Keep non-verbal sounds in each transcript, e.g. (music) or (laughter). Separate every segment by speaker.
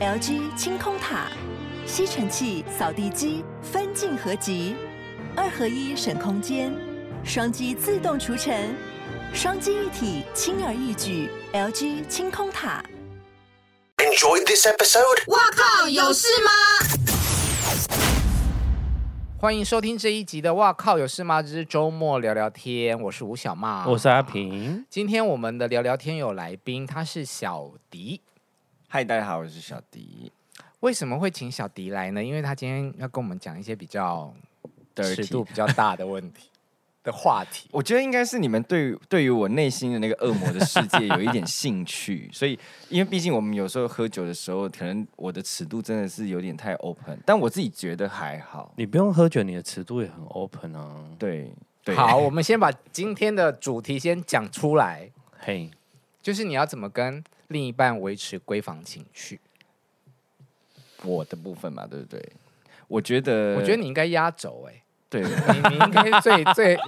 Speaker 1: LG 清空塔、吸尘器、扫地机分镜合集，二合一省空间，双击自动除尘，双击一体轻而易举。LG 清空塔。
Speaker 2: Enjoyed this episode?
Speaker 3: 哇靠，有事吗？
Speaker 4: 欢迎收听这一集的《哇靠有事吗》之周末聊聊天，我是吴小茂，
Speaker 5: 我是阿平。
Speaker 4: 今天我们的聊聊天有来宾，他是小迪。
Speaker 6: 嗨，大家好，我是小迪。
Speaker 4: 为什么会请小迪来呢？因为他今天要跟我们讲一些比较
Speaker 6: Dirty
Speaker 4: 尺度比较大的问
Speaker 6: (laughs)
Speaker 4: 题的话题。
Speaker 6: 我觉得应该是你们对对于我内心的那个恶魔的世界有一点兴趣， (laughs) 所以因为毕竟我们有时候喝酒的时候，可能我的尺度真的是有点太 open，但我自己觉得还好。
Speaker 5: 你不用喝酒，你的尺度也很 open 啊。
Speaker 6: 对对，
Speaker 4: 好，我们先把今天的主题先讲出来，
Speaker 5: 嘿、
Speaker 4: 就是你要怎么跟另一半维持闺房情趣。
Speaker 6: 我的部分嘛，对不对？我觉得，
Speaker 4: 我觉得你应该压轴哎、
Speaker 6: 对，
Speaker 4: 你你应该最最，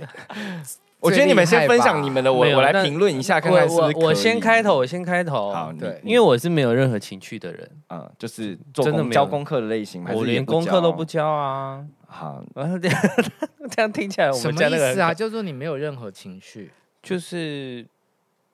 Speaker 6: (laughs) 我觉得你们先分享你们的，我
Speaker 5: 没有
Speaker 6: 我来
Speaker 5: 那
Speaker 6: 评论一下，看看是不
Speaker 5: 我
Speaker 6: 是
Speaker 5: 我我
Speaker 6: 可
Speaker 5: 先
Speaker 6: 以
Speaker 5: 开头，我先开头。
Speaker 6: 好，对
Speaker 4: 对，
Speaker 6: 你
Speaker 5: 因为我是没有任何情趣的人，
Speaker 6: 嗯，就是做
Speaker 5: 真的
Speaker 6: 功
Speaker 5: 没有
Speaker 6: 交功课的类型，还是
Speaker 5: 我
Speaker 6: 也
Speaker 5: 连
Speaker 6: 不
Speaker 5: 功课
Speaker 6: 交
Speaker 5: 都不交啊。 (laughs)
Speaker 6: 好，
Speaker 5: 然后这样这样听起来，我
Speaker 4: 什
Speaker 5: 们
Speaker 4: 么
Speaker 5: 家那个
Speaker 4: 意
Speaker 5: 人
Speaker 4: 思啊？就是说你没有任何情绪，
Speaker 5: 就是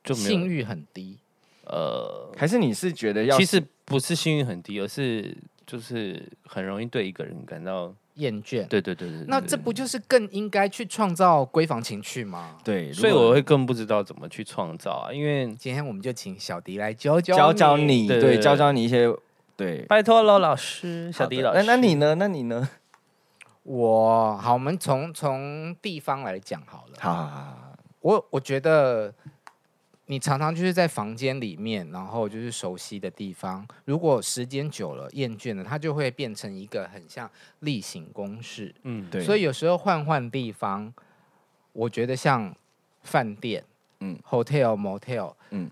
Speaker 5: 就没
Speaker 4: 性
Speaker 5: 有
Speaker 4: 欲很低。
Speaker 5: 呃，
Speaker 6: 还是你是觉得要
Speaker 5: 其实不是幸运很低，而是就是很容易对一个人感到，
Speaker 4: 厌倦。
Speaker 5: 对对对对对
Speaker 4: 那这不就是更应该去创造闺房情趣吗？
Speaker 6: 对，
Speaker 5: 所以
Speaker 6: 如果
Speaker 5: 我会更不知道怎么去创造啊，因为
Speaker 4: 今天我们就请小迪来教教教
Speaker 6: 教教你，
Speaker 5: 对
Speaker 6: 对，
Speaker 5: 对
Speaker 6: 教
Speaker 5: 对
Speaker 6: 教你一些对。
Speaker 5: 拜托喽，老师，小迪
Speaker 6: 好
Speaker 5: 老
Speaker 6: 的
Speaker 5: 师，
Speaker 6: 那那你呢？那你呢？
Speaker 4: 我。好，我们从从地方来讲好了。
Speaker 6: 好好好好，
Speaker 4: 我我觉得你常常就是在房间里面，然后就是熟悉的地方，如果时间久了厌倦了，它就会变成一个很像例行公事。
Speaker 5: 嗯，
Speaker 6: 对，
Speaker 4: 所以有时候换换地方，我觉得像饭店，嗯
Speaker 6: 嗯
Speaker 4: ，hotel、motel，嗯
Speaker 6: 嗯，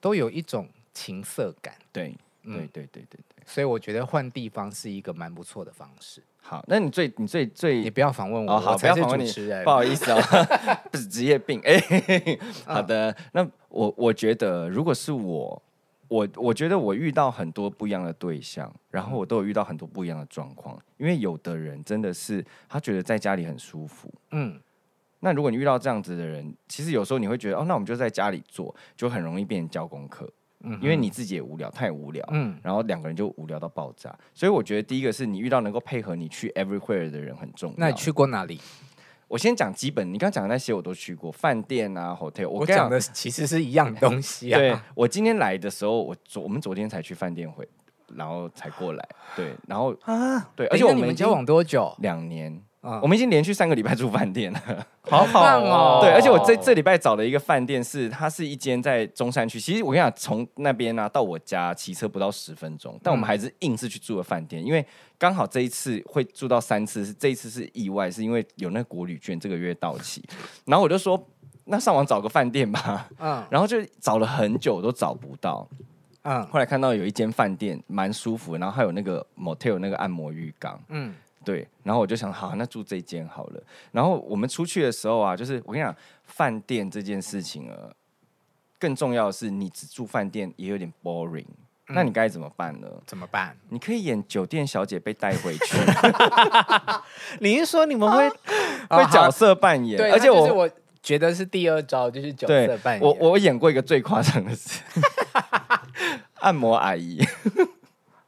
Speaker 4: 都有一种情色感，
Speaker 6: 对对
Speaker 4: 嗯
Speaker 6: 对对对对，
Speaker 4: 所以我觉得换地方是一个蛮不错的方式。
Speaker 6: 好，那你最你最
Speaker 4: 你
Speaker 6: 最
Speaker 4: 不要访问我，
Speaker 6: 哦好，
Speaker 4: 我
Speaker 6: 不
Speaker 4: 才
Speaker 6: 要
Speaker 4: 是
Speaker 6: 访问
Speaker 4: 主
Speaker 6: 你
Speaker 4: 持人，
Speaker 6: 不好意思
Speaker 4: (laughs)
Speaker 6: 啊，不是职业病。哎、嘿嘿嘿好
Speaker 4: 嗯
Speaker 6: 的，那我我觉得如果是我，我我觉得我遇到很多不一样的对象，然后我都有遇到很多不一样的状况，因为有的人真的是他觉得在家里很舒服，
Speaker 4: 嗯，
Speaker 6: 那如果你遇到这样子的人，其实有时候你会觉得哦，那我们就在家里做，就很容易变成交功课，
Speaker 4: 嗯
Speaker 6: 因为你自己也无聊，他也无聊，
Speaker 4: 嗯
Speaker 6: 然后两个人就无聊到爆炸。所以我觉得第一个是你遇到能够配合你去 everywhere 的人很重要。
Speaker 4: 那你去过哪里？
Speaker 6: 我先讲基本，你刚刚讲的那些我都去过，饭店啊、hotel，
Speaker 4: 我
Speaker 6: 我刚
Speaker 4: 讲的其实是一样东西啊。
Speaker 6: 对，我今天来的时候，我昨我们昨天才去饭店回，然后才过来，对，然后
Speaker 5: 啊，
Speaker 6: 对，
Speaker 4: 而
Speaker 6: 而
Speaker 4: 且
Speaker 6: 且
Speaker 4: 我
Speaker 6: 我
Speaker 4: 们
Speaker 6: 们
Speaker 4: 交往多久？
Speaker 6: 两年。
Speaker 4: 啊
Speaker 6: 我们已经连续三个礼拜住饭店了，
Speaker 5: 好好
Speaker 4: 棒哦
Speaker 6: 对，而且我这这礼拜找了一个饭店是，它是一间在中山区。其实我跟你讲，从那边啊到我家骑车不到十分钟，但我
Speaker 4: 嗯
Speaker 6: 们还是硬是去住了饭店，因为刚好这一次会住到三次，是这一次是意外，是因为有那个国旅券这个月到期，然后我就说那上网找个饭店吧，
Speaker 4: 嗯
Speaker 6: (laughs) 然后就找了很久都找不到，
Speaker 4: 嗯
Speaker 6: 后来看到有一间饭店蛮舒服，然后还有那个 motel 那个按摩浴缸。
Speaker 4: 嗯，
Speaker 6: 对，然后我就想，好，那住这间好了。然后我们出去的时候啊，就是我跟你讲，饭店这件事情啊，更重要的是，你只住饭店也有点 boring，、那
Speaker 4: 嗯
Speaker 6: 你该怎么办呢？
Speaker 4: 怎么办？
Speaker 6: 你可以演酒店小姐被带回
Speaker 4: (laughs)
Speaker 6: 去，
Speaker 4: 哦
Speaker 6: (laughs)
Speaker 5: 你是说你们会
Speaker 6: 会角色扮演，
Speaker 4: 对，
Speaker 6: 而且
Speaker 4: 那就是
Speaker 6: 我。
Speaker 4: 我觉得是第二招，就是角色
Speaker 6: 对
Speaker 4: 扮，演。
Speaker 6: 我我演过一个最夸张的事， (laughs) 按摩阿姨，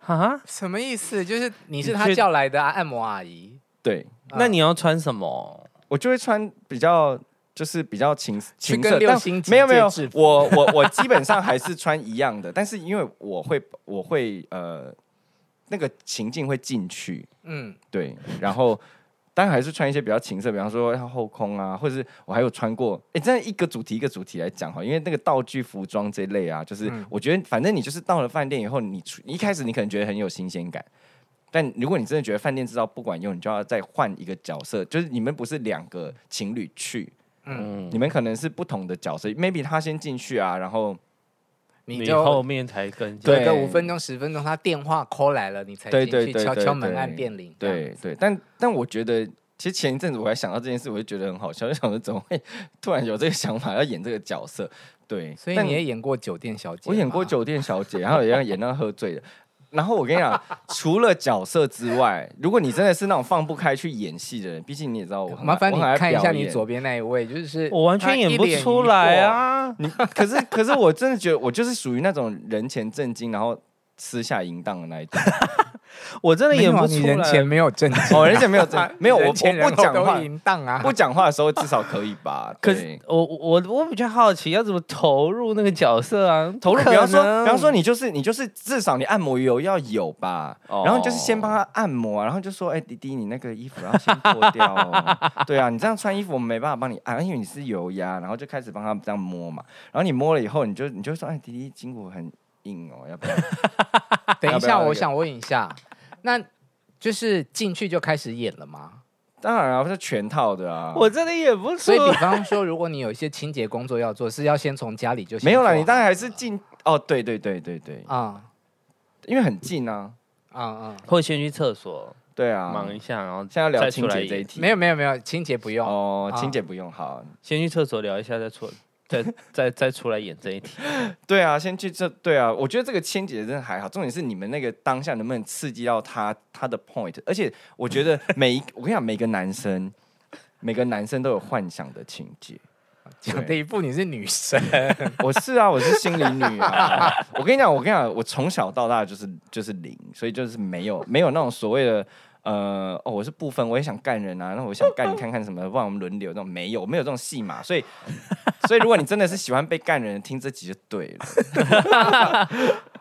Speaker 5: 啊？
Speaker 4: 什么意思？就是你是他
Speaker 5: 你去
Speaker 4: 叫来的啊按摩阿姨，
Speaker 6: 对
Speaker 5: 那你要穿什么？
Speaker 6: 我就会穿比较就是比较情情
Speaker 4: 跟
Speaker 6: 色，
Speaker 4: 六
Speaker 6: 但
Speaker 4: 星级
Speaker 6: 没有没有
Speaker 4: 戒指，
Speaker 6: 我我我基本上还是穿一样的，但 (laughs) 是因为我会我会呃那个情境会进去，
Speaker 4: 嗯，
Speaker 6: 对，然后当然还是穿一些比较情色，比方说像后空啊，或者是我还有穿过，哎，真的一个主题一个主题来讲哈，因为那个道具、服装这一类啊，就是
Speaker 4: 嗯
Speaker 6: 我觉得反正你就是到了饭店以后，你出你一开始你可能觉得很有新鲜感。但如果你真的觉得饭店这招不管用，你就要再换一个角色，就是你们不是两个情侣去，
Speaker 5: 嗯，
Speaker 6: 你们可能是不同的角色，maybe 他先进去啊，然后
Speaker 4: 你
Speaker 5: 你
Speaker 4: 就
Speaker 5: 后面才跟
Speaker 4: 隔
Speaker 6: 对
Speaker 4: 个五分钟十分钟，他电话 call 来了，你才
Speaker 6: 对
Speaker 4: 进
Speaker 6: 对
Speaker 4: 去
Speaker 6: 对
Speaker 4: 敲
Speaker 6: 对
Speaker 4: 敲门
Speaker 6: 对
Speaker 4: 按电铃。这样
Speaker 6: 对对，但但我觉得，其实前一阵子我还想到这件事，我就觉得很好笑，就想说怎么会突然有这个想法要演这个角色？对，
Speaker 4: 所以
Speaker 6: 但
Speaker 4: 你也演过酒店小姐，
Speaker 6: 我演过，酒店小姐，然后也要演到喝醉的。然后我跟你讲，除了角色之外，如果你真的是那种放不开去演戏的人，毕竟你也知道我很爱
Speaker 4: 麻烦
Speaker 6: 我
Speaker 4: 你
Speaker 6: 很爱
Speaker 4: 看一下
Speaker 6: 表
Speaker 4: 你
Speaker 6: 演
Speaker 4: 左边那一位，就是
Speaker 5: 我完全演不出来啊！
Speaker 6: 你可是可是我真的觉得我就是属于那种人前正经，然后私下淫荡的
Speaker 4: (laughs)
Speaker 6: 那一种。
Speaker 5: 我真
Speaker 4: 他
Speaker 5: 的
Speaker 4: 一脸
Speaker 5: 演
Speaker 4: 淫惑。
Speaker 5: 不出
Speaker 4: 没有啊你人前
Speaker 5: 来。
Speaker 4: 没有正经，
Speaker 6: 哦，人前没有正，
Speaker 4: (laughs)
Speaker 6: 没有我我
Speaker 4: 啊人前人
Speaker 6: 不
Speaker 4: 后
Speaker 6: 讲
Speaker 4: 都
Speaker 6: 话，
Speaker 4: 淫荡啊，
Speaker 6: 不讲话的时候至少可以吧？
Speaker 4: (laughs)
Speaker 5: 可
Speaker 6: 对
Speaker 5: 是我我我比较好奇，要怎么投入那个角色啊？
Speaker 6: 投入，
Speaker 5: 不可
Speaker 6: 比方说，
Speaker 5: 能
Speaker 6: 比方说，你
Speaker 4: 嗯
Speaker 6: 就是你就是至少你按摩油要有吧，
Speaker 5: 哦
Speaker 6: 然后你就是先帮他按摩啊，然后就说，哎、弟弟，你那个衣服要先脱掉、
Speaker 4: (laughs)
Speaker 6: 哦，对啊，你这样穿衣服我们没办法帮你按，因为你是油压，然后就开始帮他这样摸嘛，然后你摸了以后，你就你就说，哎、弟弟筋骨很硬哦，要不 (laughs) 要？
Speaker 4: (laughs) 等一
Speaker 6: 要不要
Speaker 4: 下，
Speaker 6: 那
Speaker 4: 我
Speaker 6: 个
Speaker 4: 想问一下，那就是进去就开始演了吗？
Speaker 6: 当然啊，是全套的啊，
Speaker 5: 我真的演不出
Speaker 4: 所以，
Speaker 5: 来
Speaker 4: 比。方说，如果你有一些清洁工作要做，是要先从家里就先
Speaker 6: 没有啦，
Speaker 4: 做
Speaker 6: 你当然
Speaker 4: 好
Speaker 6: 还是进哦，对对对对对，
Speaker 4: 啊
Speaker 6: 因为很近啊，
Speaker 4: 啊啊！
Speaker 5: 会先去厕所
Speaker 6: 对啊，
Speaker 5: 忙一下，然后
Speaker 6: 现在要聊
Speaker 5: 再出
Speaker 6: 清
Speaker 5: 来
Speaker 6: 洁这一
Speaker 5: 演。
Speaker 6: 题，
Speaker 4: 没有没有没有，清洁不用。
Speaker 6: 哦，
Speaker 4: 啊
Speaker 6: 清洁不用好，
Speaker 5: 先去厕所聊一下，再出再再再出来演这一题。
Speaker 6: 对啊，先去这对啊，我觉得这个千姐真的还好，重点是你们那个当下能不能刺激到他他的 point，而且我觉得每一我跟你讲，每个男生每个男生都有幻想的情节，
Speaker 4: 讲的一副你是女生，
Speaker 6: (laughs) 我是啊，我是心理女啊， (laughs) 我跟你讲，我跟你讲，我从小到大就是就是零，所以就是没有没有那种所谓的。呃，哦，我是部分，我也想干人啊，那我想干你看看什么，不然我们轮流那种没有，没有这种戏码，所以，所以如果你真的是喜欢被干人，听这集就对
Speaker 4: (laughs)
Speaker 6: 了。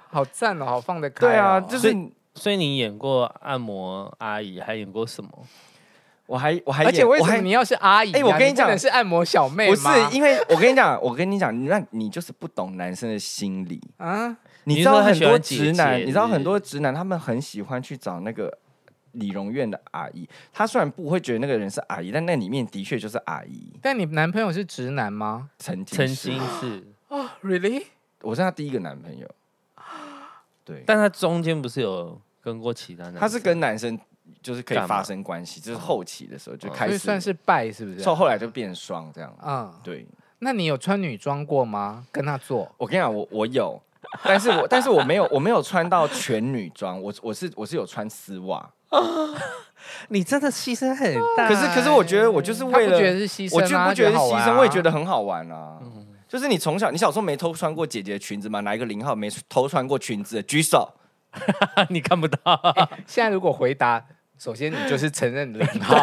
Speaker 4: 好赞哦，好放得开、哦。
Speaker 6: 对啊，就是
Speaker 5: 所以你演过按摩阿姨，还演过什么？
Speaker 6: 我还我还
Speaker 4: 而且
Speaker 6: 演
Speaker 4: 为
Speaker 6: 我
Speaker 4: 什么
Speaker 6: 还
Speaker 4: 你要是阿姨、啊？
Speaker 6: 哎我跟你
Speaker 4: 你不能
Speaker 6: 讲
Speaker 4: 是按摩小妹
Speaker 6: 不是
Speaker 4: 吗？
Speaker 6: 因为我跟你讲，我跟你讲，你那你就是不懂男生的心理。
Speaker 4: 啊，
Speaker 5: 你
Speaker 6: 你知
Speaker 5: 说
Speaker 6: 道
Speaker 5: 他
Speaker 6: 很
Speaker 5: 喜
Speaker 6: 多
Speaker 5: 欢姐
Speaker 6: 直男，
Speaker 5: 姐
Speaker 6: 你知道
Speaker 5: 是不
Speaker 6: 很
Speaker 5: 是
Speaker 6: 多直男，他们很喜欢去找那个理容院的阿姨。他虽然不会觉得那个人是阿姨，但那里面的确就是阿姨。
Speaker 4: 但你男朋友是直男吗
Speaker 6: 曾经
Speaker 5: 曾
Speaker 6: 是
Speaker 5: 经是，
Speaker 4: 哦 r e a l l y
Speaker 6: 我是她第一个
Speaker 5: (gasps)
Speaker 6: 男朋友。对，
Speaker 5: 但他中间不是有跟过其他男生？
Speaker 6: 他是跟男生就是可以
Speaker 5: 干嘛哦
Speaker 6: 发生关系，就是后期的时候就开
Speaker 4: 所以
Speaker 6: 始，
Speaker 4: 算是拜是不是？
Speaker 6: 到后来就变双这样。
Speaker 4: 嗯，
Speaker 6: 对，
Speaker 4: 那你有穿女装过吗？跟他做？
Speaker 6: 我跟你讲，我
Speaker 5: (laughs)
Speaker 6: 我有，但是我但是我没有我没有穿到全女装，我我是我是有穿丝袜，
Speaker 5: 你真的牺牲很大
Speaker 6: 可是可是我觉得我就是为
Speaker 4: 他不觉
Speaker 6: 了，
Speaker 4: 得是牺牲、啊，
Speaker 6: 我就不觉
Speaker 4: 觉
Speaker 6: 得是牺牲，我也觉
Speaker 4: 得
Speaker 6: 得很好玩啊。
Speaker 5: 嗯
Speaker 6: 就是你从小，你小时候没偷穿过姐姐的裙子吗？哪一个零号没偷穿过裙子的？举手。
Speaker 5: 好玩啊你看不到。 (laughs)
Speaker 4: 好玩啊。哎现在如果回答，首先你就是承认零号，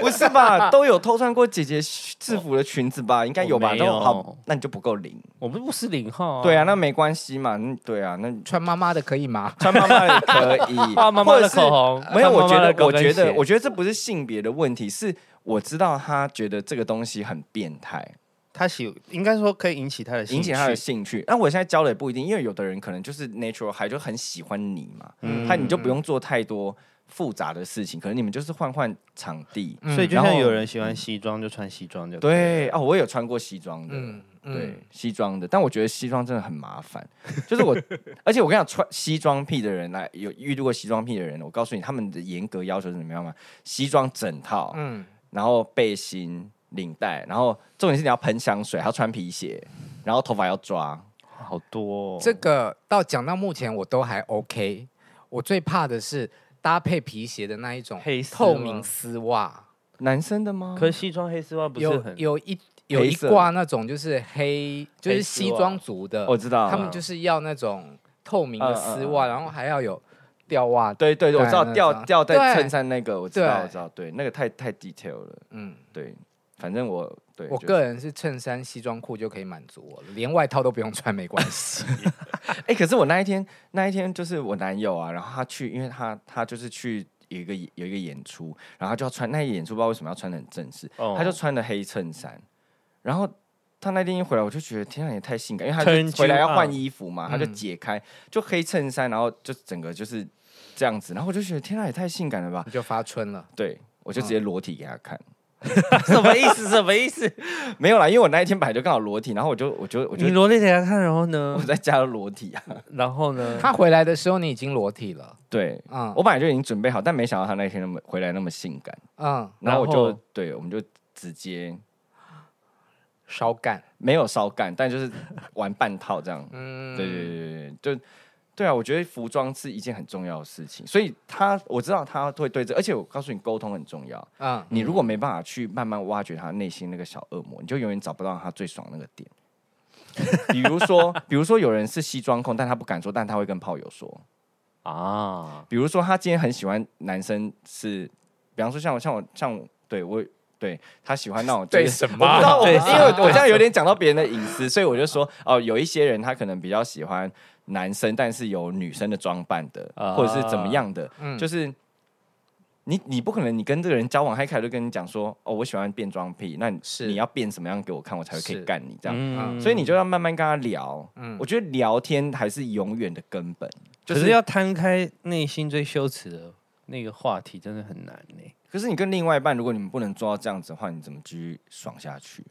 Speaker 6: 不
Speaker 5: (laughs)
Speaker 6: 是吧？都有偷穿过姐姐制服的裙子吧？应该有吧？
Speaker 5: 我没
Speaker 6: 那
Speaker 5: 有
Speaker 6: 好，那你就不够零。
Speaker 5: 我们不是零号啊。
Speaker 6: 对啊，那没关系嘛。嗯，对啊，那
Speaker 4: 穿妈妈的可以吗？
Speaker 6: 穿妈妈的
Speaker 5: (laughs)
Speaker 6: 也可以，
Speaker 5: 画妈妈
Speaker 6: 或
Speaker 5: 的
Speaker 6: 者是
Speaker 5: 口红，
Speaker 6: 没有，
Speaker 5: 画
Speaker 6: 我
Speaker 5: 妈
Speaker 6: 觉
Speaker 5: 妈的
Speaker 6: 得，
Speaker 5: 高
Speaker 6: 我
Speaker 5: 跟
Speaker 6: 觉得，
Speaker 5: 鞋
Speaker 6: 我觉得这不是性别的问题，是我知道他觉得这个东西很变态，
Speaker 5: 他喜应该说可以引起他的兴
Speaker 6: 引起他的
Speaker 5: 趣
Speaker 6: 兴趣。那我现在教的也不一定，因为有的人可能就是 natural high 就很喜欢你嘛，他你就不用做太多复杂的事情，可能你们就是换换场地。
Speaker 5: 所以就
Speaker 6: 然
Speaker 5: 像
Speaker 6: 后
Speaker 5: 有人喜欢西装就穿西装就可以
Speaker 6: 对哦，我有穿过西装的，
Speaker 4: 嗯，嗯
Speaker 6: 对，西装的，但我觉得西装真的很麻烦。 (laughs) 就是我，而且我跟你讲，穿西装癖的人来有遇到过西装癖的人，我告诉你，他们的严格要求是怎么样吗？西装整套，
Speaker 4: 嗯，
Speaker 6: 然后背心、领带，然后重点是你要喷香水，还要穿皮鞋，然后头发要抓。
Speaker 5: 好多哦
Speaker 4: 这个到讲到目前我都还 OK，我最怕的是搭配皮鞋的那一种
Speaker 5: 黑丝
Speaker 4: 透
Speaker 5: 吗
Speaker 4: 明丝袜，
Speaker 6: 男生的吗？
Speaker 5: 可是西装黑丝袜不是
Speaker 4: 有
Speaker 5: 很
Speaker 4: 有一有
Speaker 6: 黑
Speaker 4: 一
Speaker 6: 色
Speaker 4: 挂那种就是黑，就是
Speaker 5: 黑丝
Speaker 4: 西
Speaker 5: 袜
Speaker 4: 装族的，
Speaker 6: 我知道，
Speaker 4: 他们就是要那种透明的
Speaker 6: 嗯嗯
Speaker 4: 丝
Speaker 6: 嗯
Speaker 4: 袜，然后还要有吊袜，
Speaker 6: 对对，对我知道
Speaker 4: 对
Speaker 6: 吊
Speaker 4: 那种
Speaker 6: 吊带
Speaker 4: 对
Speaker 6: 衬衫那个，我知道，
Speaker 4: 对
Speaker 6: 我知道，对，那个太太 detail 了，
Speaker 4: 嗯。
Speaker 6: 对，反正我对
Speaker 4: 我
Speaker 6: 就
Speaker 4: 个人是衬衫、西装裤就可以满足我了，连外套都不用穿没关系。
Speaker 6: 哎、可是我那一天，那一天就是我男友啊，然后他去，因为他他就是去有一个有一个演出，然后他就要穿那一个演出，不知道为什么要穿的很正式，
Speaker 5: 哦
Speaker 6: 他就穿了黑衬衫，然后。他那天一回来，我就觉得天啊，也太性感，因为他
Speaker 5: Turn
Speaker 6: 就回来
Speaker 5: you
Speaker 6: 要
Speaker 5: on
Speaker 6: 换衣服嘛，他就
Speaker 4: 嗯
Speaker 6: 解开就黑衬衫，然后就整个就是这样子，然后我就觉得天啊，也太性感了吧
Speaker 4: 你！就发春了，
Speaker 6: 对我就直接裸体给他看，
Speaker 5: 什么意 (laughs) 思？什么意思？
Speaker 6: 没有啦，因为我那一天本来就刚好裸体，然后我就我就我就
Speaker 5: 你罗列给他看，然后呢
Speaker 6: 我？在家裸体啊，
Speaker 5: 然后呢？
Speaker 4: 他回来的时候你已经裸体了，
Speaker 6: 对
Speaker 4: 嗯
Speaker 6: 我本来就已经准备好，但没想到他那天那么回来那么性感。
Speaker 4: 嗯，
Speaker 6: 然后我
Speaker 5: 然
Speaker 6: 就
Speaker 5: 后
Speaker 6: 对，我们就直接
Speaker 4: 烧干，
Speaker 6: 没有烧干，但就是玩半套这样。
Speaker 4: 嗯，
Speaker 6: 对对对对，对就对啊，我觉得服装是一件很重要的事情，所以他我知道他会对这，而且我告诉你，沟通很重要。
Speaker 4: 嗯，
Speaker 6: 你如果没办法去慢慢挖掘他内心那个小恶魔，你就永远找不到他最爽那个点。比如说，比如说有人是西装控，但他不敢说，但他会跟炮友说。
Speaker 5: 啊，
Speaker 6: 比如说，他今天很喜欢男生是，比方说像我像我像我，对我对他喜欢那
Speaker 5: (laughs)
Speaker 6: 种就是
Speaker 4: 什
Speaker 6: 我不知道，我
Speaker 5: 对
Speaker 6: 因为我这样有点讲到别人的隐私，所以我就说哦，有一些人他可能比较喜欢男生，但是有女生的装扮的，
Speaker 5: 啊
Speaker 6: 或者是怎么样的，
Speaker 4: 嗯
Speaker 6: 就是你你不可能你跟这个人交往，他一开始就跟你讲说哦，我喜欢变装癖，那你
Speaker 4: 是
Speaker 6: 你要变什么样给我看，我才会可以
Speaker 4: 是
Speaker 6: 干你这样。
Speaker 5: 啊
Speaker 4: 嗯
Speaker 6: 所以你就要慢慢跟他聊，
Speaker 4: 嗯
Speaker 6: 我觉得聊天还是永远的根本，就
Speaker 5: 可是要摊开内心最羞耻的那个话题，真的很难呢、
Speaker 6: 可是你跟另外一半，如果你们不能做到这样子的话，你怎么继续爽下去？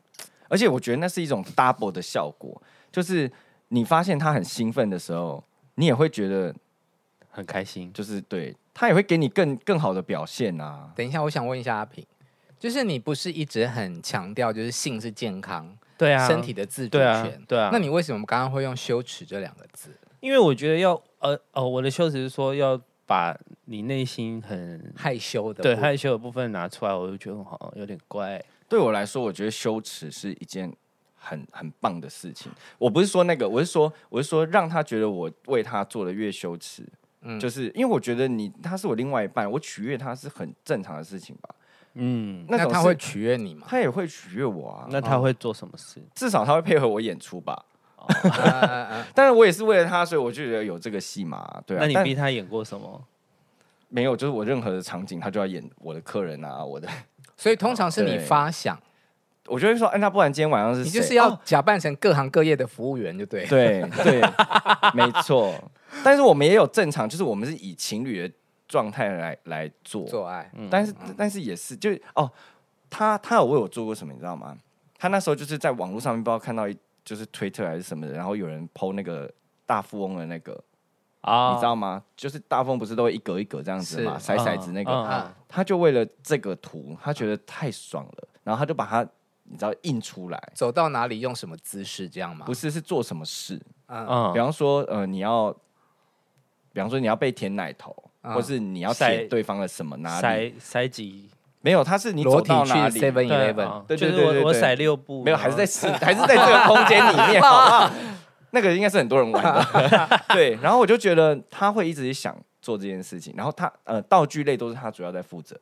Speaker 6: 而且我觉得那是一种 double 的效果，就是你发现他很兴奋的时候，你也会觉得
Speaker 5: 很开心，
Speaker 6: 就是对他也会给你更更好的表现啊。
Speaker 4: 等一下，我想问一下阿平，就是你不是一直很强调就是性是健康、
Speaker 5: 对啊，
Speaker 4: 身体的自主
Speaker 5: 对啊
Speaker 4: 权，，
Speaker 5: 对啊。
Speaker 4: 那你为什么刚刚会用羞耻这两个字？
Speaker 5: 因为我觉得要呃哦，我的羞耻是说要把你内心很
Speaker 4: 害羞的
Speaker 5: 对
Speaker 4: 部
Speaker 5: 害羞的部分拿出来，我就觉得好像有点怪。
Speaker 6: 对我来说，我觉得羞耻是一件很很棒的事情。我不是说那个，我是说我是说让他觉得我为他做的越羞耻，
Speaker 4: 嗯
Speaker 6: 就是因为我觉得你他是我另外一半，我取悦他是很正常的事情吧。
Speaker 5: 嗯，
Speaker 6: 那
Speaker 4: 那
Speaker 6: 种
Speaker 4: 他
Speaker 6: 是
Speaker 4: 会取悦你吗？
Speaker 6: 他也会取悦我啊。
Speaker 5: 那他会做什么事？
Speaker 6: 至少他会配合我演出吧。
Speaker 4: 啊啊啊啊
Speaker 6: (laughs) 但是我也是为了他，所以我就觉得有这个戏嘛，对啊。
Speaker 5: 那你
Speaker 6: 但
Speaker 5: 逼他演过什么？
Speaker 6: 没有，就是我任何的场景，他就要演我的客人啊，我的。
Speaker 4: (laughs)
Speaker 6: (laughs)
Speaker 4: 所以通常是你
Speaker 6: 对
Speaker 4: 发想，
Speaker 6: 我就会说，哎、那不然今天晚上是
Speaker 4: 你
Speaker 6: 谁？
Speaker 4: 就是要
Speaker 6: 哦
Speaker 4: 假扮成各行各业的服务员，就对。
Speaker 6: 对对， (laughs) 没错。但是我们也有正常，就是我们是以情侣的状态来来做，
Speaker 4: 做嗯爱，
Speaker 6: 但是但是也是，就哦，他他有为我做过什么，你知道吗？他那时候就是在网络上面不知道看到一就是推特还是什么的，然后有人 PO 那个大富翁的那个，
Speaker 5: 啊
Speaker 6: 你知道吗？就是大风不是都会一格一格这样子嘛，
Speaker 4: 哦是
Speaker 6: 甩骰子那个，
Speaker 5: 啊
Speaker 4: 啊
Speaker 6: 他就为了这个图，他觉得太爽了，然后他就把它你知道印出来，
Speaker 4: 走到哪里用什么姿势，这样吗？
Speaker 6: 不是是做什么事，
Speaker 4: 嗯，
Speaker 5: 啊
Speaker 6: 比方说呃你要，比方说你要被舔奶头，
Speaker 4: 嗯
Speaker 6: 或是你要
Speaker 5: 塞
Speaker 6: 舔对方的什么哪里，
Speaker 5: 塞塞几？
Speaker 6: 没有，他是你走
Speaker 4: 裸体
Speaker 6: 到
Speaker 4: 去
Speaker 6: 哪里。
Speaker 4: Seven
Speaker 5: 对
Speaker 4: Eleven，
Speaker 5: 啊
Speaker 6: 对
Speaker 5: 就
Speaker 6: 对
Speaker 5: 是
Speaker 6: 对对
Speaker 5: 我我
Speaker 6: 对
Speaker 5: 塞六啊步，
Speaker 6: 没有，还是在
Speaker 5: 然后
Speaker 6: 是 (laughs) 还是在这个空间里
Speaker 4: (laughs)
Speaker 6: 面，好不好？那个应该是很多人玩的， (laughs) 对。然后我就觉得他会一直想做这件事情，然后他呃道具类都是他主要在负责，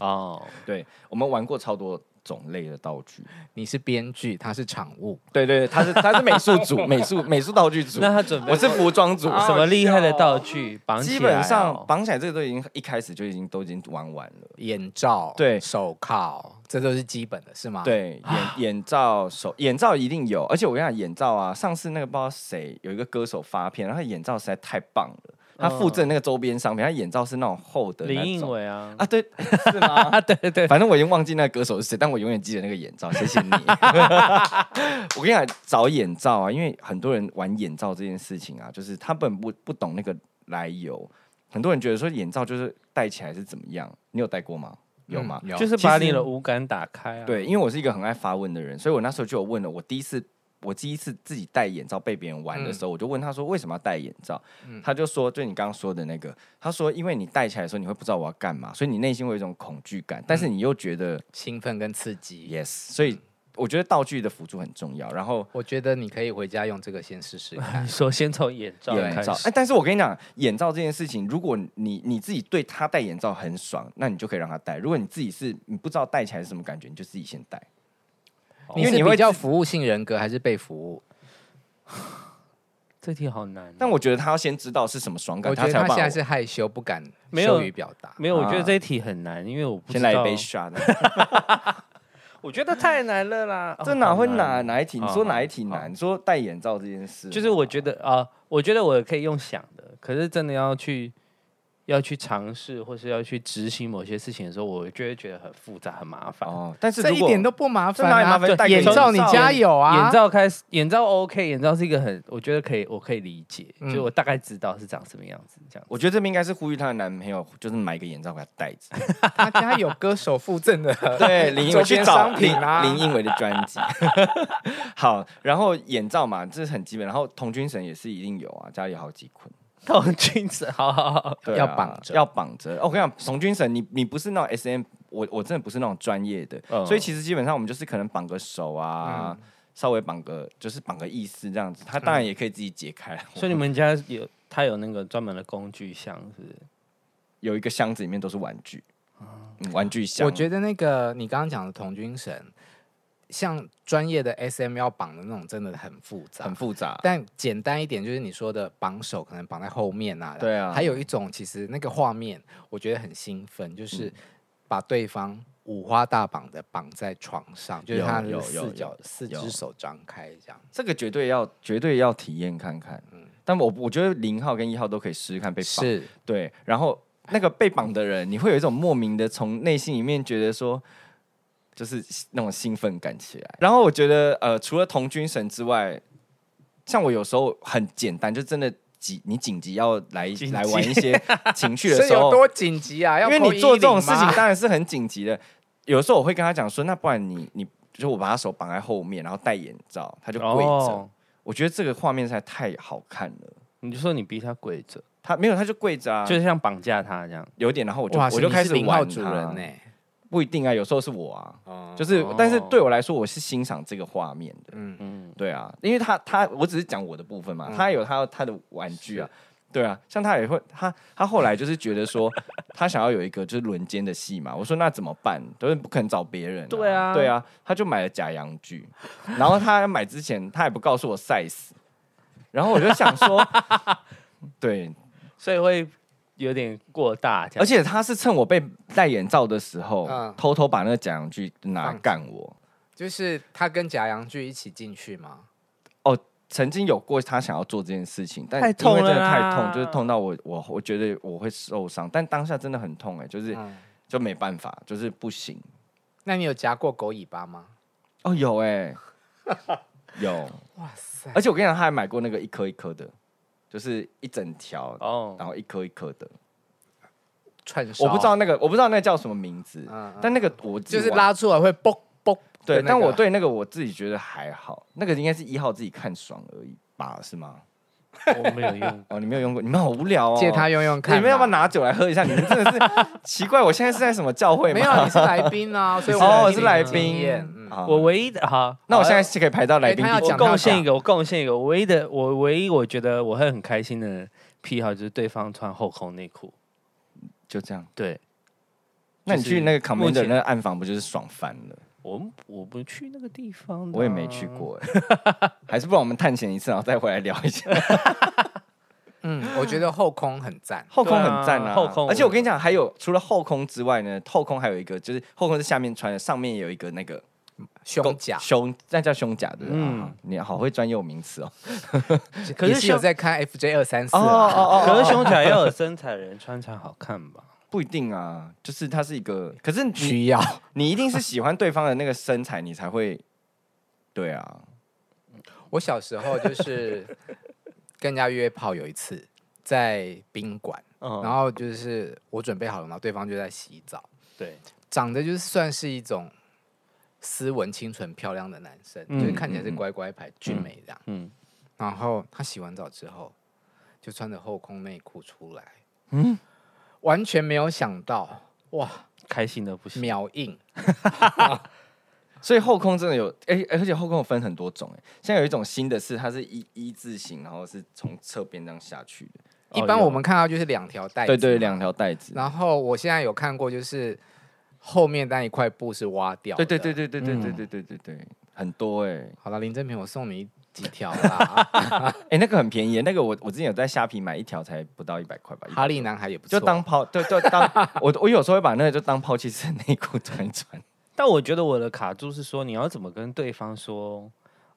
Speaker 5: 哦，
Speaker 6: 对，我们玩过超多种类的道具。
Speaker 4: 你是编剧，他是场务，
Speaker 6: 对对，对他是他是美术组，美术美术道具组
Speaker 5: 那，哦他准备
Speaker 6: 我是服装组。
Speaker 5: 什么厉害的道具绑起来
Speaker 6: 基
Speaker 5: 哦？
Speaker 6: 本上绑起来这个都已经一开始就已经都已经玩完了。
Speaker 4: 眼罩、
Speaker 6: 对
Speaker 4: 手铐，这都是基本的，是吗？，
Speaker 6: 对，眼眼罩手眼罩一定有，而且我跟你讲眼罩啊，上次那个不知道谁有一个歌手发片，然后他眼罩实在太棒了，他附赠那个周边商品，他眼罩是那种厚的
Speaker 5: 林
Speaker 6: 那
Speaker 5: 应
Speaker 6: 种。
Speaker 5: 伟啊，
Speaker 6: 啊，
Speaker 5: (laughs)
Speaker 6: 对，是吗？
Speaker 5: 啊对对对，
Speaker 6: 反正我已经忘记那个歌手是谁，但我永远记得那个眼罩。谢
Speaker 5: (laughs)
Speaker 6: 谢你。我跟你讲，找眼罩啊，因为很多人玩眼罩这件事情啊，就是他本不不懂那个来由。很多人觉得说眼罩就是戴起来是怎么样，你有戴过吗？有吗？
Speaker 4: 有
Speaker 5: 就是把你的五感打开啊。
Speaker 6: 对，因为我是一个很爱发问的人，所以我那时候就有问了。我第一次，我第一次自己戴眼罩被别人
Speaker 4: 嗯
Speaker 6: 玩的时候，我就问他说为什么要戴眼罩？他就说，就你刚刚说的那个，他说因为你戴起来的时候你会不知道我要干嘛，所以你内心会有一种恐惧感，但
Speaker 4: 嗯
Speaker 6: 是你又觉得、
Speaker 4: 兴奋跟刺激。
Speaker 6: yes，所以我觉得道具的辅助很重要。然后
Speaker 4: 我觉得你可以回家用这个先试试看
Speaker 6: (laughs)
Speaker 5: 你。说先从眼罩
Speaker 6: 眼
Speaker 5: 开
Speaker 6: 罩，哎、
Speaker 5: 始，
Speaker 6: 但是我跟你讲，眼罩这件事情，如果你你自己对他戴眼罩很爽，那你就可以让他戴；如果你自己是你不知道戴起来是什么感觉，你就自己先戴。
Speaker 4: 你
Speaker 6: 因为
Speaker 4: 是
Speaker 6: 你会
Speaker 4: 比较
Speaker 6: 自
Speaker 4: 服务性人格还是被服务？
Speaker 5: 这题好难哦。
Speaker 6: 但我觉得他要先知道是什么爽
Speaker 4: 嗯
Speaker 6: 感，
Speaker 4: 我觉得
Speaker 6: 才有
Speaker 4: 他
Speaker 6: 办
Speaker 4: 现
Speaker 6: 法
Speaker 4: 在是害羞，不敢
Speaker 5: 没有
Speaker 4: 羞于表达。
Speaker 5: 没有，我觉得
Speaker 6: 啊
Speaker 5: 这一题很难，因为我不
Speaker 6: 先
Speaker 5: 知
Speaker 6: 来一
Speaker 5: 道
Speaker 6: 杯 shot 的。 (laughs)
Speaker 5: 我觉得太难了啦，
Speaker 6: 这
Speaker 5: 哦
Speaker 6: 哪
Speaker 5: 好
Speaker 6: 啊会
Speaker 5: 难
Speaker 6: 哪哪一题？你
Speaker 5: 好
Speaker 6: 说
Speaker 5: 好
Speaker 6: 哪一题
Speaker 5: 好
Speaker 6: 难？你说戴眼罩这件事，
Speaker 5: 就是我觉得啊、我觉得我可以用想的，可是真的要去要去尝试，或是要去执行某些事情的时候，我就会觉得很复杂、很麻烦。
Speaker 6: 哦，但是
Speaker 4: 这
Speaker 6: 如
Speaker 4: 一
Speaker 6: 果
Speaker 4: 点都不麻烦
Speaker 6: 这哪里
Speaker 4: 啊！
Speaker 6: 麻烦戴
Speaker 4: 对
Speaker 6: 个
Speaker 4: 眼罩你
Speaker 6: 眼罩
Speaker 4: 加油啊！
Speaker 5: 眼罩开始，眼罩 OK，眼罩是一个很，我觉得可以，我可以理解，
Speaker 4: 嗯
Speaker 5: 就我大概知道是长什么样子，这样子。 (laughs)
Speaker 6: 我觉得这边应该是呼吁她的男朋友，就是买一个眼罩给她戴着。
Speaker 4: 他家有歌手附赠 (laughs) 的周边商品啊，
Speaker 6: 对，
Speaker 4: 英
Speaker 6: 林英伟去找林林英伟的专辑。 (laughs) 好，然后眼罩嘛，这是很基本。然后童军绳也是一定有啊，家里有好几捆。
Speaker 5: 套君子，哦好好好，
Speaker 6: 对啊
Speaker 4: 要绑着
Speaker 6: 要绑着。哦我跟你讲，童军绳，你你不是那种 S M，我我真的不是那种专业的，
Speaker 5: 嗯
Speaker 6: 所以其实基本上我们就是可能绑个手啊，稍微绑个就是绑个意思这样子，他当然也可以自己解开。
Speaker 5: 所以你们家有他有那个专门的工具箱，是不是？
Speaker 6: 有一个箱子里面都是玩具，嗯玩具箱。
Speaker 4: 我觉
Speaker 6: 得
Speaker 4: 得那个你刚刚讲的童军绳，像专业的 SM 要绑的那种，真的很复杂，
Speaker 6: 很复杂，
Speaker 4: 但简单一点，就是你说的绑手可能绑在后面啊。
Speaker 6: 对啊
Speaker 4: 还有一种，其实那个画面我觉得很兴奋，
Speaker 6: 嗯
Speaker 4: 就是把对方五花大绑的绑在床上，就是
Speaker 6: 有
Speaker 4: 他的
Speaker 6: 有有
Speaker 4: 四脚
Speaker 6: 有
Speaker 4: 四
Speaker 6: 有
Speaker 4: 只手张开这样。
Speaker 6: 这个绝对要绝对要体验看看。但我我觉得零号跟一号都可以试试看被绑。
Speaker 4: 是，
Speaker 6: 对，然后那个被绑的人，你会有一种莫名的从内心里面觉得说，就是那种兴奋感起来。然后我觉得，呃，除了童军绳之外，像我有时候很简单，就真的紧，你紧急要来
Speaker 5: 紧急
Speaker 6: 来玩
Speaker 4: (laughs)
Speaker 6: 一些情绪的
Speaker 4: 是
Speaker 6: 时
Speaker 4: 有
Speaker 6: 候，
Speaker 4: 多紧急啊？要
Speaker 6: 因为你做这种事情
Speaker 4: 扣110吗，
Speaker 6: 当然是很紧急的。有时候我会跟他讲说，那不然你你。就我把他手绑在后面，然后戴眼罩，他就跪着。
Speaker 5: 哦，
Speaker 6: 我觉得这个画面实在太好看了。
Speaker 5: 你就说你逼他跪着，
Speaker 6: 他没有，他就跪着啊，
Speaker 5: 就是像绑架他这样。
Speaker 6: 有点，然后我就
Speaker 4: 哇，
Speaker 6: 我就
Speaker 4: 你
Speaker 6: 开
Speaker 4: 是
Speaker 6: 始
Speaker 4: 零号
Speaker 6: 玩
Speaker 4: 主
Speaker 6: 它
Speaker 4: 人欸呢、
Speaker 6: 不一定啊，有时候是我啊，
Speaker 4: 哦
Speaker 6: 就是，
Speaker 5: 哦
Speaker 6: 但是对我来说，我是欣赏这个画面的，
Speaker 4: 嗯，
Speaker 5: 嗯，
Speaker 6: 对啊，因为他他我只是讲我的部分嘛，他有他他的玩具啊，对啊，像他也会他他后来就是觉得说 (laughs) 他想要有一个就是轮奸的戏嘛，我说那怎么办？都是不可能找别人、
Speaker 5: 对啊
Speaker 6: 对啊，他就买了假洋具，然后他买之前他也不告诉我 size，然后我就想说，对，
Speaker 5: 所以会有点过大这样，
Speaker 6: 而且他是趁我被戴眼罩的时候，
Speaker 4: 嗯
Speaker 6: 偷偷把那个假洋具拿
Speaker 4: 放着
Speaker 6: 干我。
Speaker 4: 就是他跟假洋剧一起进去嘛。
Speaker 6: 曾经有过他想要做这件事情，但
Speaker 5: 太痛
Speaker 6: 因为真的
Speaker 5: 了
Speaker 6: 太
Speaker 5: 啦
Speaker 6: 痛，就是痛到我我我觉得我会受伤，但当下真的很痛哎、就是、
Speaker 4: 嗯
Speaker 6: 就没办法，就是不行。
Speaker 4: 那你有夹过狗尾巴吗？
Speaker 6: 哦，有哎、
Speaker 4: (laughs)
Speaker 6: 有，
Speaker 4: 哇塞！
Speaker 6: 而且我跟你讲，他还买过那个一颗一颗的，就是一整条，
Speaker 5: 哦，
Speaker 6: 然后一颗一颗的。
Speaker 4: 串烧，
Speaker 6: 我不知道那个，我不知道那叫什么名字，
Speaker 4: 嗯嗯
Speaker 6: 但那个我自己
Speaker 4: 就是
Speaker 6: 玩
Speaker 4: 拉出来会嘣嘣
Speaker 6: 对，
Speaker 4: 的那个。
Speaker 6: 但我对那个我自己觉得还好，那个应该是一号自己看爽而已吧，是吗？
Speaker 5: 我没有用
Speaker 6: (laughs) 。哦，你没有用过，你们好无聊哦。
Speaker 4: 借他用用看啊。
Speaker 6: 你们要不要拿酒来喝一下？你们
Speaker 4: (laughs)
Speaker 6: 真的是奇怪，我现在是在什么教会
Speaker 4: 没
Speaker 6: 吗？
Speaker 4: 有，
Speaker 6: (laughs)
Speaker 4: 你是来宾啊，所以
Speaker 6: 哦，
Speaker 4: 我
Speaker 6: 我是来
Speaker 4: 经
Speaker 6: 宾
Speaker 4: 验。嗯，
Speaker 6: 好
Speaker 5: 我唯一的好，
Speaker 6: 那我现在
Speaker 5: 在。
Speaker 6: 是可以排到来宾
Speaker 4: 哎他要
Speaker 6: 第几
Speaker 5: 我
Speaker 4: 讲到
Speaker 5: 贡献一个，我贡献一个，我唯一的，我唯一我觉得我会很开心的癖好就是对方穿后空内裤。
Speaker 6: 就这样。
Speaker 5: 对
Speaker 6: 那你去那个
Speaker 5: 目
Speaker 6: commander
Speaker 5: 前
Speaker 6: 那个暗房不就是爽翻了？
Speaker 5: 我，我不去那个地方、啊
Speaker 6: 我也没去。过
Speaker 4: 嗯
Speaker 6: 哎，还是不然我们探险一次，然后再回来聊一
Speaker 4: 啊
Speaker 6: 下。
Speaker 4: 嗯，我觉得后空很
Speaker 6: (laughs)
Speaker 4: 赞。
Speaker 6: 后空很赞
Speaker 5: 对
Speaker 6: 啊，
Speaker 5: 啊后空
Speaker 6: 而且我跟你讲，还有除了后空之外呢，后空还有一个就是后空是下面穿的，上面有一个那个
Speaker 4: 胸甲，
Speaker 6: 胸，那叫胸甲对不对？
Speaker 5: 嗯
Speaker 6: 啊你好会专有名词哦。
Speaker 5: 可
Speaker 4: 也
Speaker 5: 是
Speaker 4: 是有
Speaker 5: 胸，
Speaker 4: 在看 FJ 二三四
Speaker 6: 哦
Speaker 4: 啊。
Speaker 6: 哦
Speaker 5: 可是胸甲要有身材的人 (laughs) 穿才好看吧？
Speaker 6: 不一定啊，就是它是一个，可是你
Speaker 4: 需要 (laughs)
Speaker 6: 你一定是喜欢对方的那个身材，你才会，对啊，
Speaker 4: 我小时候就是跟人家约炮，有一次在宾馆，然
Speaker 5: 嗯，
Speaker 4: 后就是我准备好了，然后对方就在洗澡，
Speaker 5: 对，
Speaker 4: 长得就是算是一种斯文、清纯、漂亮的男生，
Speaker 5: 嗯
Speaker 4: 就是看起来是
Speaker 6: 嗯嗯
Speaker 4: 乖乖牌、俊美这样。
Speaker 5: 嗯，
Speaker 4: 然后他洗完澡之后，就穿着后空内裤出来，嗯，完全没有想到，哇，
Speaker 5: 开心的不行。
Speaker 4: 秒硬，
Speaker 6: 所以后空真的有，哎、而且后空有分很多种、哎，现在有一种新的是它是一一字形，然后是从侧边这样下去的，
Speaker 4: 一般我们看到就是两条带子，
Speaker 6: 哦对对，。两条带子，
Speaker 4: 然后我现在有看过，就是后面那一块布是挖掉，
Speaker 6: 对对对。对对对
Speaker 5: 嗯
Speaker 6: 对对对对对，很多哎、
Speaker 4: 好了，林正平，我送你几条
Speaker 6: (laughs)
Speaker 4: 啦。
Speaker 6: 哎、那个很便宜、那个我我之前有在虾皮买一条才不到一百块吧，
Speaker 4: 哈利男孩也不错，
Speaker 6: 就当抛，就就当 (laughs) 我我有时候会把那个就当抛弃式的内裤穿一穿。
Speaker 5: 但我觉得我的卡住是说，你要怎么跟对方说？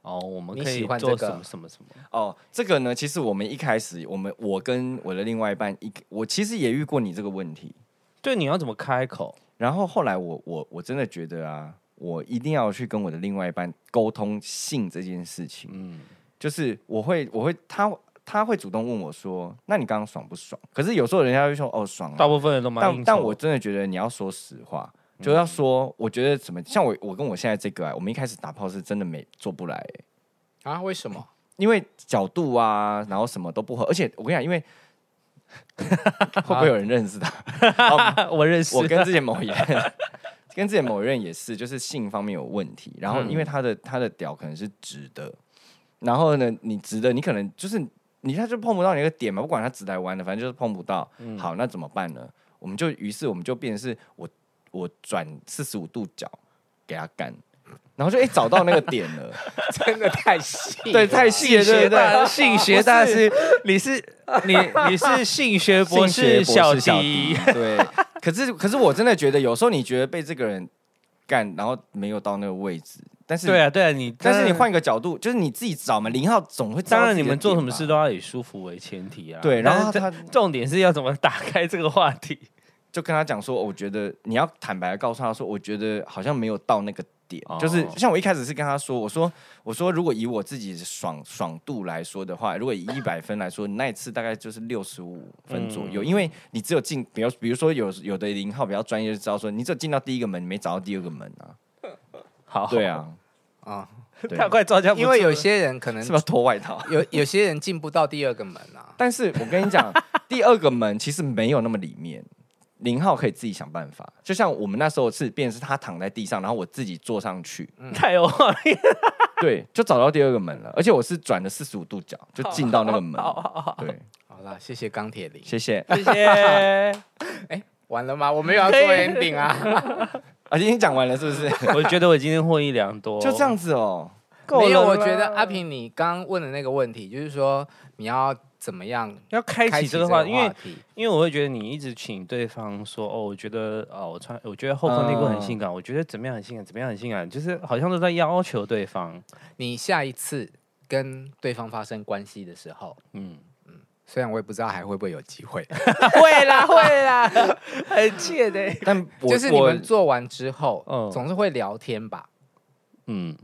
Speaker 5: 哦，我们
Speaker 4: 你
Speaker 5: 可
Speaker 4: 喜
Speaker 5: 以
Speaker 4: 欢
Speaker 5: 做
Speaker 4: 这个
Speaker 5: 什么什么什么？
Speaker 6: 哦，这个呢，其实我们一开始，我们我跟我的另外一半一，我其实也遇过你这个问题。
Speaker 5: 对，你要怎么开口？
Speaker 6: 然后后来我我我真的觉得啊，我一定要去跟我的另外一半沟通性这件事情。
Speaker 5: 嗯，
Speaker 6: 就是我会我会他他会主动问我说，那你刚刚爽不爽？可是有时候人家会说哦爽、啊，
Speaker 5: 大部分人都蛮
Speaker 6: 但
Speaker 5: 应酬嗯
Speaker 6: 但我真的觉得你要说实话，就要说，我觉得怎么像我我跟我现在这个啊，我们一开始打炮是真的没做不来欸、
Speaker 4: 啊？为什么？ (laughs)
Speaker 6: 因为角度啊，然后什么都不合，而且我跟你讲，因为会不会有人认识他？
Speaker 5: (laughs)
Speaker 6: 哦
Speaker 5: (laughs) 我认识，
Speaker 6: 我跟之前某一任， (laughs) 跟之前某一任也是，就是性方面有问题。然后因为他的、他的屌可能是直的，然后呢，你直的，你可能就是你他就碰不到你那个点嘛，不管他直的还是弯的，反正就是碰不到。好，那怎么办呢？我们就于是我们就变成是我我转四十五度角给他干，然后就哎、找到那个点了，
Speaker 4: 真的太细了，
Speaker 6: 对，太细了，对
Speaker 5: 学
Speaker 6: 不对？
Speaker 5: (laughs) 大性学大师，你是你你是 (laughs) 性学博士
Speaker 6: 性学
Speaker 5: 小
Speaker 6: 博士
Speaker 5: 迪， (laughs)
Speaker 6: 对，可是可是我真的觉得，有时候你觉得被这个人干，然后没有到那个位置，但 (laughs) 是
Speaker 5: 对啊对啊，你
Speaker 6: 但是你
Speaker 5: 当然
Speaker 6: 换个角度，就是你自己找嘛，零号总会知道
Speaker 5: 当然
Speaker 6: 自己
Speaker 5: 你
Speaker 6: 的
Speaker 5: 们做
Speaker 6: 点
Speaker 5: 什么
Speaker 6: 吧
Speaker 5: 事都要以舒服为前提啊。
Speaker 6: 对然后
Speaker 5: 但是
Speaker 6: 他
Speaker 5: 重点是要怎么打开这个话题。
Speaker 6: 就跟他讲说，哦我觉得你要坦白的告诉他说，我觉得好像没有到那个点，
Speaker 5: 哦
Speaker 6: 就是像我一开始是跟他说，我说我说如果以我自己爽爽度来说的话，如果以一百分来说，那一次大概就是六十五分左
Speaker 5: 嗯
Speaker 6: 右，因为你只有进，比如比如说有有的零号比较专业，就知道说你只有进到第一个门，你没找到第二个门啊，
Speaker 5: 好，
Speaker 6: 对，
Speaker 5: (laughs)
Speaker 6: 啊，
Speaker 4: 啊，
Speaker 6: 对
Speaker 5: 他快哦招架不
Speaker 4: (laughs)
Speaker 5: 住了，
Speaker 4: 因为有些人可能
Speaker 6: 是不是要脱外套？
Speaker 4: 有有些人进不到第二个门啊， (laughs)
Speaker 6: 但是我跟你讲，第二个门其实没有那么里面，零号可以自己想办法。就像我们那时候是，变成是他躺在地上，然后我自己坐上去，
Speaker 5: 太有画面，
Speaker 6: 对，就找到第二个门了。而且我是转了四十五度角，就进到那个门。对，
Speaker 4: 好啦，谢谢钢铁林。
Speaker 6: 谢谢。
Speaker 5: 谢谢。
Speaker 4: 完了吗？我没有要做
Speaker 5: 可以
Speaker 4: ending
Speaker 5: (laughs)
Speaker 4: 啊，
Speaker 6: 啊，已经讲完了是不是？
Speaker 5: 我觉得我今天获益良多，
Speaker 6: 就这样子哦。
Speaker 5: 够了啦。
Speaker 4: 没有。我觉得阿啊平，你刚刚问的那个问题，就是说你要怎么样
Speaker 5: 要开
Speaker 4: 开
Speaker 5: 启
Speaker 4: 启
Speaker 5: 这
Speaker 4: 这
Speaker 5: 个
Speaker 4: 个
Speaker 5: 话，
Speaker 4: 话
Speaker 5: 因为
Speaker 4: 题？
Speaker 5: 因为我会觉得你一直请对方说哦，我觉得啊、我穿，我觉得后空内裤很性感，我觉得怎么样很性感，怎么样很性感，就是好像都在要求对方。
Speaker 4: 你下一次跟对方发生关系的时候，
Speaker 5: 嗯，
Speaker 4: 虽然我也不知道还会不会有机会，
Speaker 5: (laughs) 会啦会啦，很贱的、
Speaker 6: 但我
Speaker 4: (laughs) 就是你
Speaker 6: 我
Speaker 4: 们做完之后，
Speaker 5: 嗯
Speaker 4: 总是会聊天吧？
Speaker 5: 嗯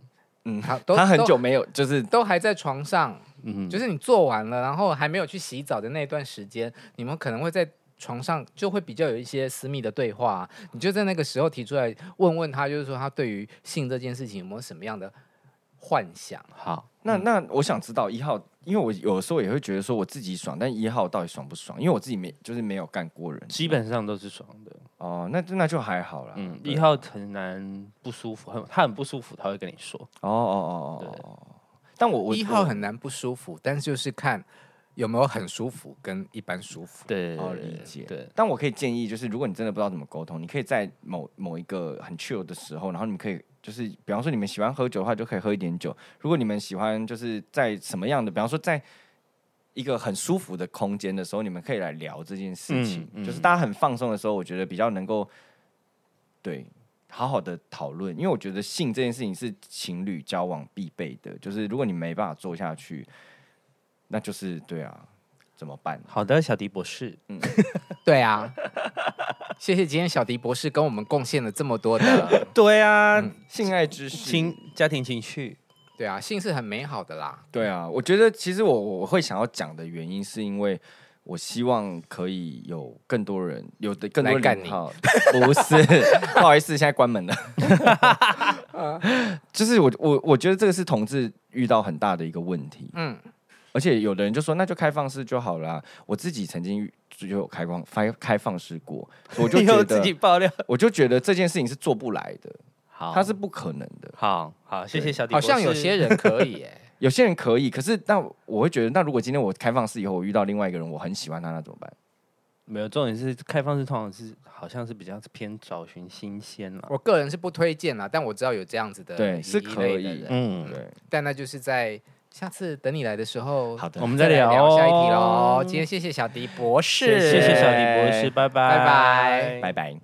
Speaker 6: 嗯，
Speaker 4: 好，都
Speaker 6: 他很久
Speaker 4: 都
Speaker 6: 没有，就是
Speaker 4: 都还在床上，
Speaker 5: 嗯，
Speaker 4: 就是你做完了，然后还没有去洗澡的那段时间，你们可能会在床上就会比较有一些私密的对话啊、你就在那个时候提出来问问他，就是说他对于性这件事情有没有什么样的幻想？啊嗯
Speaker 5: 好，
Speaker 6: 那那我想知道一号，因为我有时候也会觉得说我自己爽，但一号到底爽不爽？因为我自己没就是没有干过人
Speaker 5: 基本上都是爽的。
Speaker 6: 哦，那那就还好啦。
Speaker 5: 嗯，
Speaker 6: 对
Speaker 5: 一号很难不舒服，很他很不舒服，他会跟你说。
Speaker 6: 哦哦哦
Speaker 5: 对
Speaker 6: 哦哦哦，但我我
Speaker 4: 一号
Speaker 6: 我
Speaker 4: 很难不舒服，但是就是看有没有很舒服跟一般舒
Speaker 5: (laughs)
Speaker 4: 服。
Speaker 5: 对，
Speaker 6: 哦理解，
Speaker 5: 对，
Speaker 6: 但我可以建议，就是如果你真的不知道怎么沟通，你可以在某某一个很 chill 的时候，然后你们可以就是，比方说你们喜欢喝酒的话，就可以喝一点酒；如果你们喜欢就是在什么样的，比方说在一个很舒服的空间的时候，你们可以来聊这件事情。
Speaker 5: 嗯嗯
Speaker 6: 就是大家很放松的时候，我觉得比较能够对好好的讨论，因为我觉得性这件事情是情侣交往必备的，就是如果你没办法做下去，那就是对啊，怎么办？
Speaker 5: 好的，小迪博士，
Speaker 4: 对啊，谢谢今天小迪博士跟我们贡献了这么多的。
Speaker 5: 对啊，
Speaker 6: 性爱知识，
Speaker 5: 情家庭情绪，
Speaker 4: 对啊，性是很美好的啦。
Speaker 6: 对啊，我觉得其实我我会想要讲的原因，是因为我希望可以有更多人，有的更多
Speaker 4: 来干 (laughs)
Speaker 6: 人好，不是，不好意思，现在关门了。 (laughs) 就是我我我觉得这个是同志遇到很大的一个问题，
Speaker 4: 嗯，
Speaker 6: 而且有的人就说那就开放式就好啦。我自己曾经就有开放开开放式过，所以
Speaker 4: (laughs)
Speaker 6: 我就
Speaker 5: 以后
Speaker 6: 觉
Speaker 5: 自己
Speaker 6: 得
Speaker 5: 爆料。
Speaker 6: 我就觉得这件事情是做不来的，
Speaker 5: 好，
Speaker 6: 它是不可能的。
Speaker 5: 好好，谢谢小迪
Speaker 4: 好
Speaker 5: 博士。
Speaker 4: 像有些人可以耶、
Speaker 6: 有些人可以，可是那我会觉得，那如果今天我开放式以后，我遇到另外一个人，我很喜欢他，那怎么办？
Speaker 5: 没有，重点是开放式通常是好像是比较偏找寻新鲜了。
Speaker 4: 我个人是不推荐啦，但我知道有这样子的
Speaker 6: 对是
Speaker 4: 一类
Speaker 6: 可以
Speaker 4: 的人
Speaker 5: 嗯，
Speaker 6: 对，
Speaker 4: 但那就是在下次等你来的时候，
Speaker 6: 好的
Speaker 5: 我们
Speaker 4: 再
Speaker 5: 再
Speaker 4: 来
Speaker 5: 聊
Speaker 4: 聊下一题
Speaker 5: 哦
Speaker 4: 喽。今天谢谢小迪博士，
Speaker 5: 谢谢小迪博士，拜拜，
Speaker 4: 拜拜
Speaker 6: 拜拜。